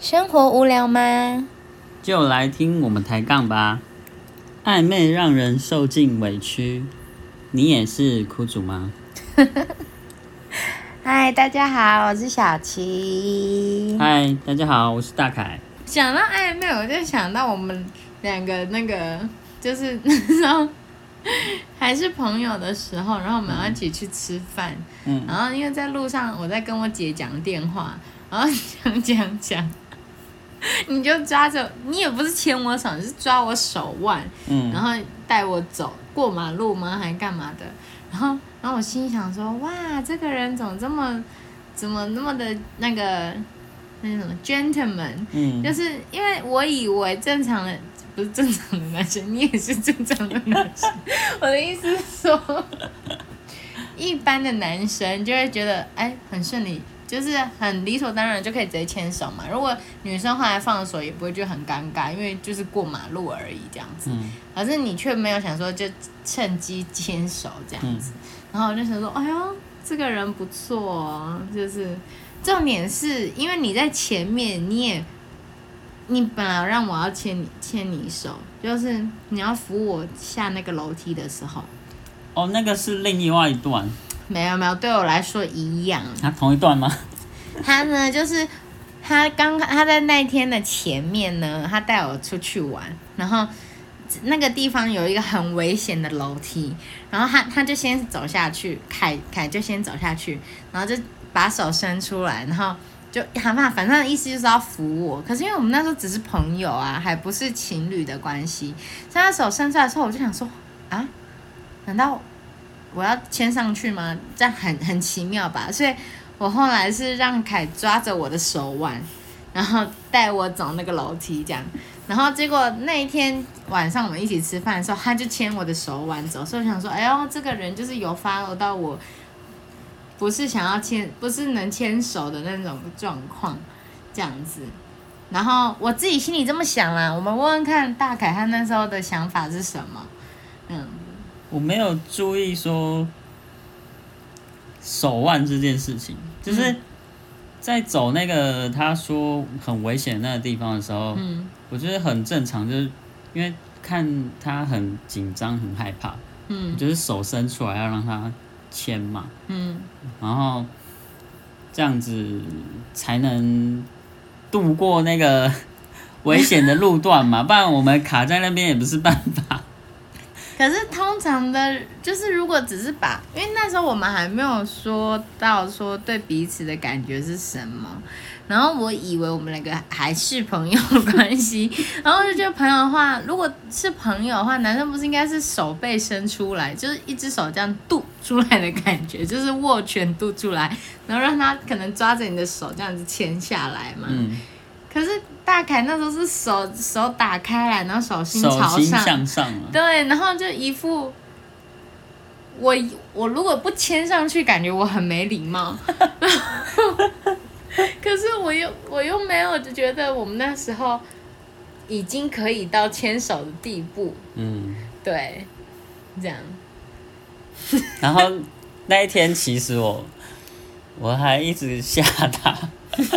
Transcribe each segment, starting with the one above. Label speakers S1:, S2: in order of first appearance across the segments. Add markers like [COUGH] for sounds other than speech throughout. S1: 生活无聊吗？
S2: 就来听我们抬杠吧。暧昧让人受尽委屈，你也是苦主吗？
S1: 嗨，大家好，我是小琪。
S2: 嗨，大家好，我是大凯。
S1: 想到暧昧，我就想到我们两个那个，就是 [LAUGHS] 那时候还是朋友的时候，然后我们要一起去吃饭，
S2: 嗯
S1: 然后因为在路上我在跟我姐讲电话，然后讲讲讲， [LAUGHS] 你就抓着，你也不是牵我手，你是抓我手腕，然
S2: 嗯，
S1: 后带我走过马路吗？还干嘛的？然后，然后我心里想说，哇，这个人怎么这么，怎么那么的那个，那什么 gentleman？
S2: 嗯，
S1: 就是因为我以为正常的不是正常的男生，你 [LAUGHS] 也是正常的男生。我的意思是说， [LAUGHS] 一般的男生就会觉得哎很顺利，就是很理所当然就可以直接牵手嘛。如果女生后来放手，也不会觉得很尴尬，因为就是过马路而已这样子。
S2: 嗯
S1: 可是你却没有想说就趁机牵手这样子，
S2: 嗯
S1: 然后我就想说，哎呦，这个人不错哦，就是重点是因为你在前面，你也你本来让我要牵你牵你手，就是你要扶我下那个楼梯的时候，
S2: 哦，那个是另外一段，
S1: 没有没有，对我来说一样，
S2: 啊，同一段吗？
S1: 他呢，就是他刚他在那一天的前面呢，他带我出去玩，然后那个地方有一个很危险的楼梯，然后他他就先走下去，凯凯就先走下去，然后就把手伸出来，然后。就蛤蟆，反正意思就是要扶我。可是因为我们那时候只是朋友啊，还不是情侣的关系，所以他手伸出来的时候，我就想说啊，难道我要牵上去吗？这样很很奇妙吧？所以我后来是让凯抓着我的手腕，然后带我走那个楼梯这样。然后结果那一天晚上我们一起吃饭的时候，他就牵我的手腕走，所以我想说，哎呦，这个人就是有 follow 到我，不是想要牵，不是能牵手的那种状况，这样子。然后我自己心里这么想啊啦，我们问问看大凯他那时候的想法是什么。嗯，
S2: 我没有注意说手腕这件事情，就是
S1: 嗯
S2: 在走那个他说很危险的那个地方的时候，
S1: 嗯，
S2: 我觉得很正常，就是因为看他很紧张、很害怕，
S1: 嗯
S2: 就是手伸出来要让他牵嘛，
S1: 嗯
S2: 然后这样子才能度过
S1: [LAUGHS]
S2: 那个危险的路段嘛，不然我们卡在那边也不是办法。
S1: 可是通常的，就是如果只是把，因为那时候我们还没有说到说对彼此的感觉是什么，然后我以为我们两个还是朋友的关系，然后我就觉得朋友的话，如果是朋友的话，男生不是应该是手背伸出来，就是一只手这样渡出来的感觉，就是握拳渡出来，然后让他可能抓着你的手这样子牵下来嘛。
S2: 嗯，
S1: 可是大凯那时候是手手打开来，然后手心
S2: [LAUGHS] 手
S1: 朝
S2: 心
S1: 上。
S2: 向上了，
S1: 对，然后就一副我我如果不牵上去，感觉我很没礼貌。 [LAUGHS] 可是我又我又没有觉得我们那时候已经可以到牵手的地步，
S2: 嗯，
S1: 对，这样，
S2: 然后那一天其实我我还一直吓他，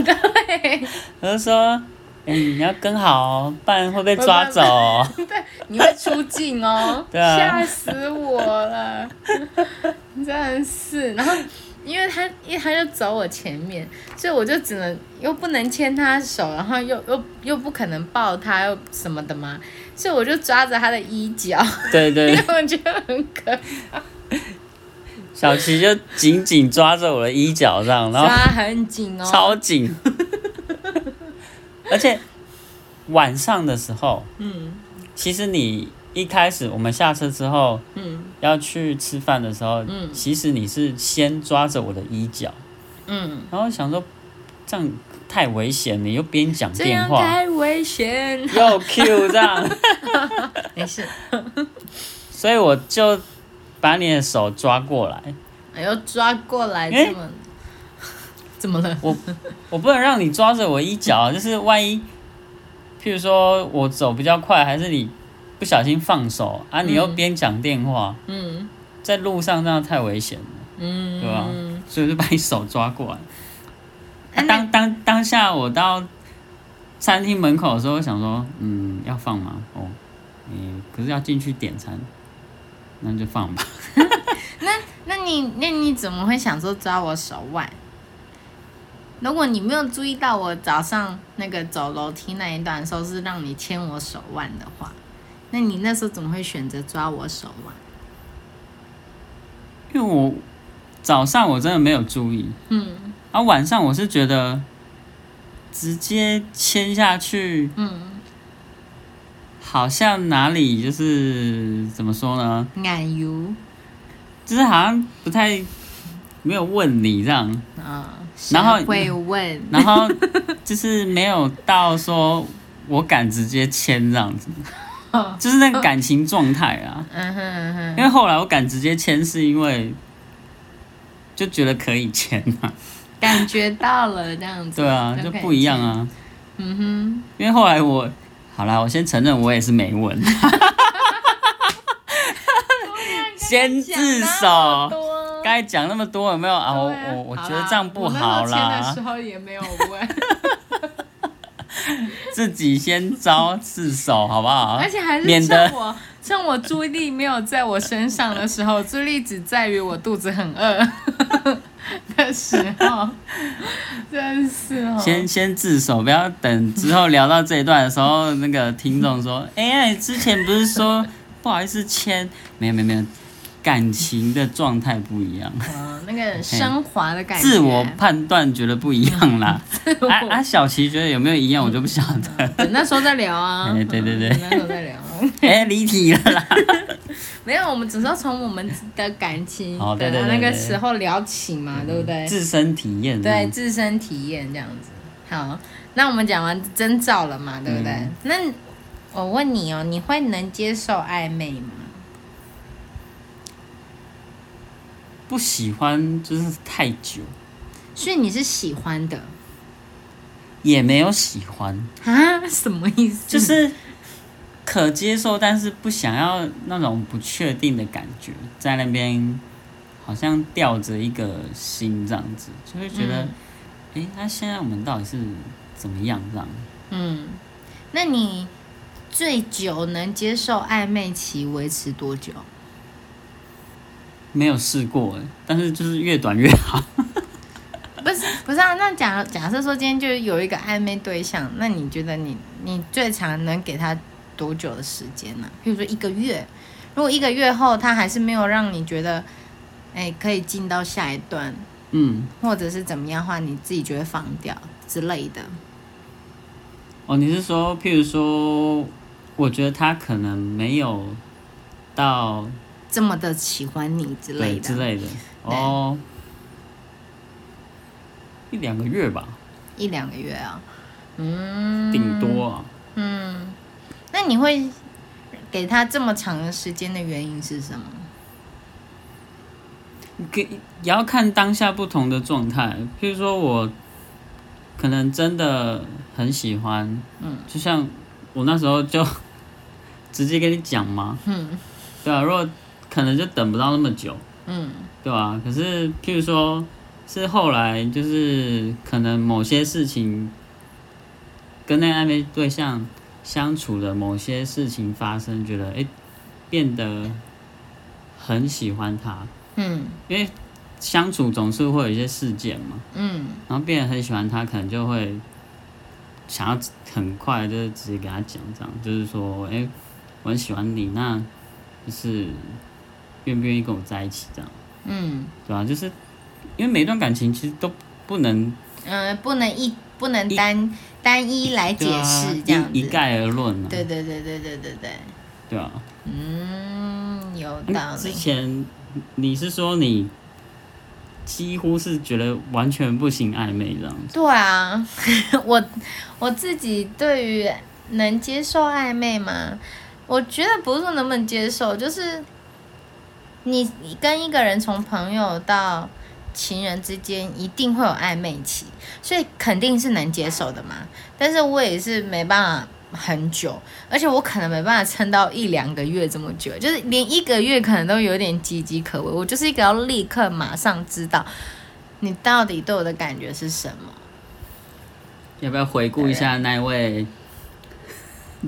S1: 对
S2: 我就说。哎、你要跟好哦，不然会被抓走
S1: [LAUGHS]
S2: 哦。
S1: 对，你会出镜哦，
S2: 对啊
S1: 吓死我了，真的是，然后。因为他，因为他就走我前面，所以我就只能又不能牵他手，然后又又又不可能抱他，又什么的嘛，所以我就抓着他的衣角， [LAUGHS]
S2: 对对
S1: 因
S2: 对
S1: 为，我觉得很可
S2: 小琪就紧紧抓着我的衣角这样，然
S1: 抓
S2: 后
S1: 很紧哦，
S2: 超紧，
S1: [LAUGHS]
S2: 而且晚上的时候，
S1: 嗯
S2: 其实你一开始我们下车之后
S1: 嗯
S2: 要去吃饭的时候，
S1: 嗯
S2: 其实你是先抓着我的衣角，
S1: 嗯，
S2: 然后想说这样太危险，你又边讲
S1: 这
S2: 电
S1: 样
S2: 话
S1: 太危险，
S2: 又 Q 这样，
S1: 没事，
S2: 所以我就把你的手抓过来，
S1: 哎呦抓过来
S2: 哎
S1: 这么，怎么了？
S2: 我不能让你抓着我衣角，啊 [LAUGHS] 就是万一，譬如说我走比较快，还是你不小心放手啊，你又边讲电话，
S1: 嗯
S2: 在路上那样太危险了，
S1: 嗯，
S2: 对吧、啊所以我就把你手抓过来。
S1: 啊
S2: 啊、当当当下我到餐厅门口的时候，想说，嗯，要放吗？哦，诶、可是要进去点餐，那就放吧。
S1: 那你那你怎么会想说抓我手腕？如果你没有注意到我早上那个走楼梯那一段的时候是让你牵我手腕的话，那你那时候怎么会选择抓我手腕？
S2: 因为我早上我真的没有注意，
S1: 嗯
S2: 啊，晚上我是觉得直接签下去，
S1: 嗯，
S2: 好像哪里就是怎么说呢？
S1: 奶油
S2: 就是好像不太没有问你这样，
S1: 啊，
S2: 然后
S1: 谁会问，
S2: 然
S1: [LAUGHS]
S2: 后就是没有到说我敢直接签
S1: [LAUGHS]
S2: 这样子，就是那个感情状态啊。
S1: 嗯哼嗯哼，
S2: 因 [LAUGHS] 为后来我敢直接签，是因为就觉得可以签啊，
S1: 感觉到了这样子，
S2: 对啊，就不一样，啊。
S1: 嗯
S2: 因为后来我，好啦，我先承认我也是没问，
S1: 哼，
S2: 先自
S1: 讲那么
S2: 首。
S1: 啊多
S2: 该讲那么多有没有啊？我
S1: 对啊
S2: 我我
S1: 好
S2: 觉
S1: 啦
S2: 得这样不
S1: 我那时候
S2: 好
S1: 签的
S2: 啦
S1: 时，候也没有问，
S2: 自己先招自首好不好
S1: [LAUGHS] 而？且还是
S2: 啊免得
S1: 趁我趁我注意力没有在我身上的时候，注意力只在于我肚子很饿 [LAUGHS] 的时候，真是哦。
S2: 先先自首，不要等之后聊到这一段的时候，那个听众说：“哎、呀，你之前不是说不好意思签？没有没有没有，感情的状态不一样，
S1: 哦那个升华的感觉，
S2: 自我判断觉得不一
S1: [LAUGHS]
S2: 样啦。
S1: 我
S2: 啊啊，小琪觉得有没有一样，我就不晓得。
S1: [LAUGHS] 等那时候再聊啊。
S2: 哎 [LAUGHS] 对对对
S1: 等那时候再聊。
S2: 哎、离题了啦。
S1: 没有，我们只是要从我们的感情
S2: 哦对
S1: 的
S2: 对对
S1: 那个
S2: 对对
S1: 时候聊起嘛，对不对？
S2: 自嗯身体验啊这
S1: 对
S2: 样子，
S1: 自身体验这样子。好，那我们讲完征兆了嘛，对不对？
S2: 嗯
S1: 那我问你哦，你会能接受暧昧吗？
S2: 不喜欢就是太久，
S1: 所以你是喜欢的
S2: 也没有喜欢，
S1: 啊？什么意思？
S2: 就是可接受，但是不想要那种不确定的感觉，在那边好像吊着一个心这样子，就会觉得，哎
S1: 嗯、
S2: 那、现在我们到底是怎么样这样？
S1: 嗯，那你最久能接受暧昧期维持多久？
S2: 没有试过哎，但是就是越短越好。
S1: 不是不是啊，那假假设说今天就有一个暧昧对象，那你觉得你你最长能给他多久的时间呢、譬如说一个月，如果一个月后他还是没有让你觉得，哎、可以进到下一段，
S2: 嗯，
S1: 或者是怎么样的话，你自己就会放掉之类的。
S2: 哦，你是说，譬如说，我觉得他可能没有到
S1: 这么的喜欢你之类的
S2: 对之类的哦，一两个月吧，
S1: 一两个月啊、嗯，
S2: 顶多啊。
S1: 嗯，那你会给他这么长的时间的原因是什么？
S2: 给也要看当下不同的状态。譬如说我可能真的很喜欢，
S1: 嗯，
S2: 就像我那时候就 [LAUGHS] 直接跟你讲嘛，
S1: 嗯
S2: 对啊，如果可能就等不到那么久，
S1: 嗯
S2: 对啊。可是譬如说是后来就是可能某些事情跟那个暧昧对象相处的某些事情发生，觉得哎、诶变得很喜欢他，
S1: 嗯
S2: 因为相处总是会有一些事件嘛，
S1: 嗯
S2: 然后变得很喜欢他，可能就会想要很快就是直接给他讲，这样就是说，哎、我很喜欢你，那就是愿不愿意跟我在一起这样，
S1: 嗯，
S2: 对吧、就是因为每一段感情其实都不能
S1: 呃，不能一不能
S2: 一
S1: 单单一来
S2: 对
S1: 解
S2: 啊
S1: 释这样子。
S2: 一一概而论啊，
S1: 对对对对对对对，
S2: 对啊。
S1: 嗯，有道
S2: 嗯之
S1: 理。
S2: 前你是说你几乎是觉得完全不行暧昧这样子，
S1: 对啊， [LAUGHS] 我我自己对于能接受暧昧吗？我觉得不是说能不能接受，就是你你跟一个人从朋友到情人之间，一定会有暧昧期，所以肯定是能接受的嘛。但是我也是没办法。很久，而且我可能没办法撑到一两个月这么久，就是连一个月可能都有点岌岌可危。我就是一个要立刻马上知道你到底对我的感觉是什么。
S2: 要不要回顾一下那位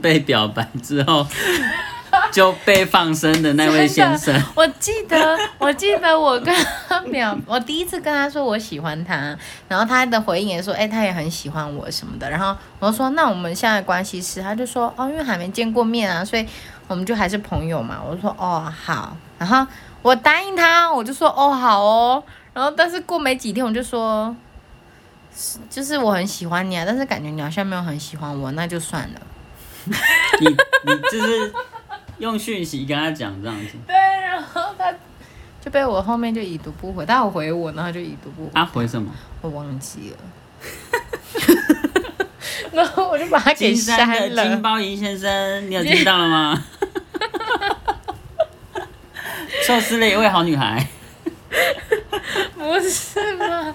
S2: 被表白之后 [LAUGHS] 就被放生的那位先
S1: [LAUGHS]
S2: 生？
S1: 我记得，我记得我跟他表， [LAUGHS] 我第一次跟他说我喜欢他，然后他的回应也说，哎、他也很喜欢我什么的。然后我就说，那我们现在关系是，他就说，哦，因为还没见过面啊，所以我们就还是朋友嘛。我就说，哦，好。然后我答应他，我就说，哦，好哦。然后但是过没几天，我就说，是就是我很喜欢你啊，但是感觉你好像没有很喜欢我，那就算了。
S2: 你你就是用讯息跟他讲这样子，
S1: 对，然后他就被我后面就已读不回，他有回我，然后就已读不回，
S2: 他、回什么？
S1: 我忘记了。 [LAUGHS] 然后我就把他给
S2: 金山
S1: 删
S2: 的金
S1: 了。
S2: 包银先生，你有听到
S1: [LAUGHS]
S2: 了吗？错失了一位好女孩，
S1: 不是吗？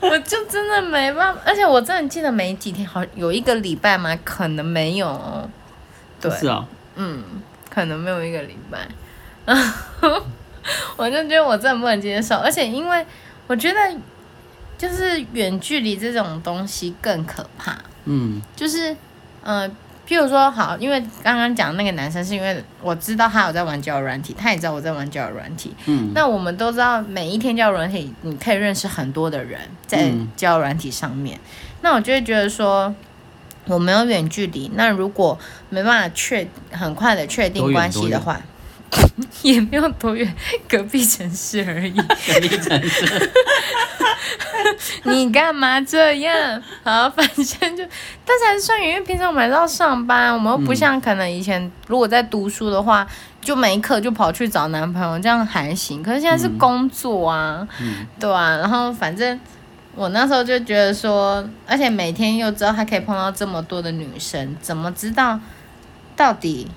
S1: 我就真的没办法，而且我真的记得没几天，好像有一个礼拜嘛，可能没有哦。对，
S2: 是哦，
S1: 嗯，可能没有一个礼拜。然后我就觉得我真的不能接受，而且因为我觉得就是远距离这种东西更可怕。
S2: 嗯，
S1: 就是，嗯、呃，譬如说，好，因为刚刚讲那个男生是因为我知道他有在玩交友软体，他也知道我在玩交友软体。
S2: 嗯
S1: [LAUGHS] 那我们都知道，每一天交友软体，你可以认识很多的人在
S2: 嗯
S1: 交友软体上面。那我就会觉得说，我没有远距离，那如果没办法确很快的确
S2: 多
S1: 定
S2: 远
S1: 关系的话， [LAUGHS] 也没有多远，隔壁城市而已。
S2: 隔壁城市，
S1: 你干嘛这样？好，反正就，但是还是算远，因为平常我们还是要上班，我们又不像可能以前，如果在读书的话，就没课就跑去找男朋友，这样还行。可是现在是
S2: 嗯
S1: 工作啊，
S2: 嗯，
S1: 对啊，然后反正我那时候就觉得说，而且每天又知道他可以碰到这么多的女生，怎么知道到底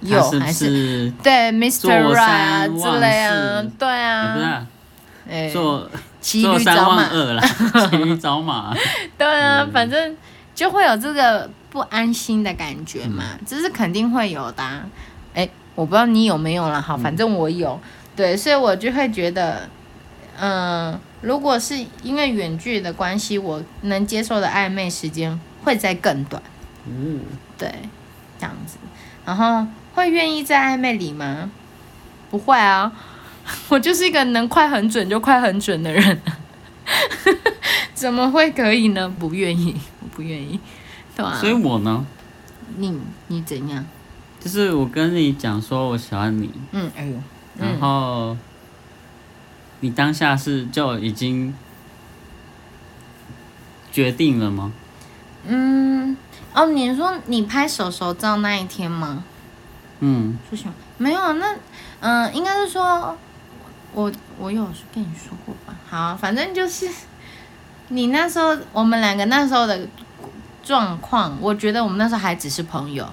S1: 有
S2: 他是不
S1: 还是
S2: 是？
S1: 对 Mr.
S2: 坐
S1: Right 啊
S2: 山
S1: 之类
S2: 望
S1: 啊
S2: 四？
S1: 对
S2: 也不是
S1: 啊，
S2: 啊
S1: 哎、
S2: 坐
S1: 骑
S2: 坐
S1: 驴
S2: 山
S1: 找
S2: 望
S1: 马，
S2: 二啦， [LAUGHS] 骑驴找
S1: [LAUGHS]
S2: 马，
S1: 对啊，反正就会有这个不安心的感觉嘛，这是肯定会有的、啊。哎，我不知道你有没有啦，
S2: 嗯
S1: 好，反正我有。对，所以我就会觉得，嗯、如果是因为远距离的关系，我能接受的暧昧时间会再更短，
S2: 嗯，
S1: 对，这样子。然后会愿意在暧昧里吗？不会啊， [LAUGHS] 我就是一个能快很准就快很准的人， [LAUGHS] 怎么会可以呢？不愿意，我不愿意，对啊
S2: 所。以我呢，
S1: 你你怎样？
S2: 就是我跟你讲说我喜欢你，
S1: 嗯，哎呦，
S2: 然后你当下是就已经决定了吗？
S1: 嗯，哦，你说你拍手手照那一天吗？
S2: 嗯，
S1: 说什么？没有啊，那嗯、应该是说，我我有跟你说过吧？好，反正就是你那时候，我们两个那时候的状况，我觉得我们那时候还只是朋友。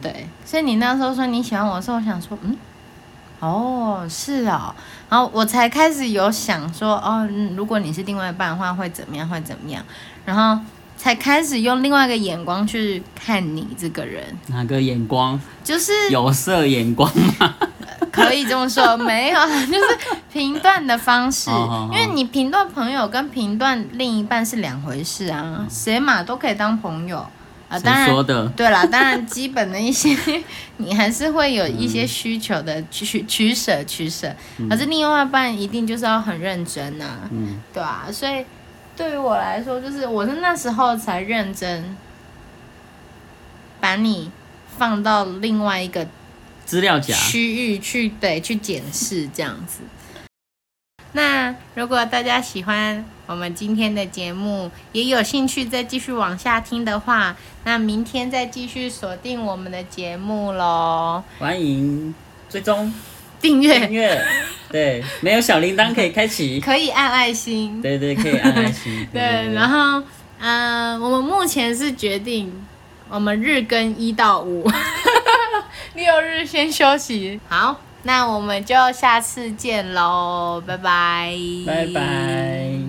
S1: 对，所以你那时候说你喜欢我的时候，我想说，嗯，哦，是哦，然后我才开始有想说，哦，嗯如果你是另外一半的话，会怎么样？会怎么样？然后才开始用另外一个眼光去看你这个人，
S2: 哪个眼光？
S1: 就是
S2: 有色眼光吗？
S1: 可以这么说，没有， [LAUGHS] 就是评断的方式，
S2: 好好好
S1: 因为你评断朋友跟评断另一半是两回事啊，谁嘛都可以当朋友啊，当
S2: 谁
S1: 然
S2: 说。的？
S1: 对啦，当然基本的一些， [LAUGHS] 你还是会有一些需求的取取舍取舍，可是另外一半一定就是要很认真呐、啊，
S2: 嗯
S1: 对啊，所以对于我来说，就是我是那时候才认真把你放到另外一个
S2: 资料夹。
S1: 区域去对去检视这样子。那如果大家喜欢我们今天的节目，也有兴趣再继续往下听的话，那明天再继续锁定我们的节目喽，
S2: 欢迎追踪
S1: 订
S2: 订
S1: 阅 [LAUGHS]
S2: 阅，对，没有小铃铛可以开启，
S1: 可以按爱心，
S2: 对对，可以按爱
S1: [LAUGHS]
S2: 心，
S1: 对，然后嗯、呃我们目前是决定我们日更一到五， [LAUGHS] 六日先休息。好，那我们就下次见喽，拜拜，
S2: 拜拜。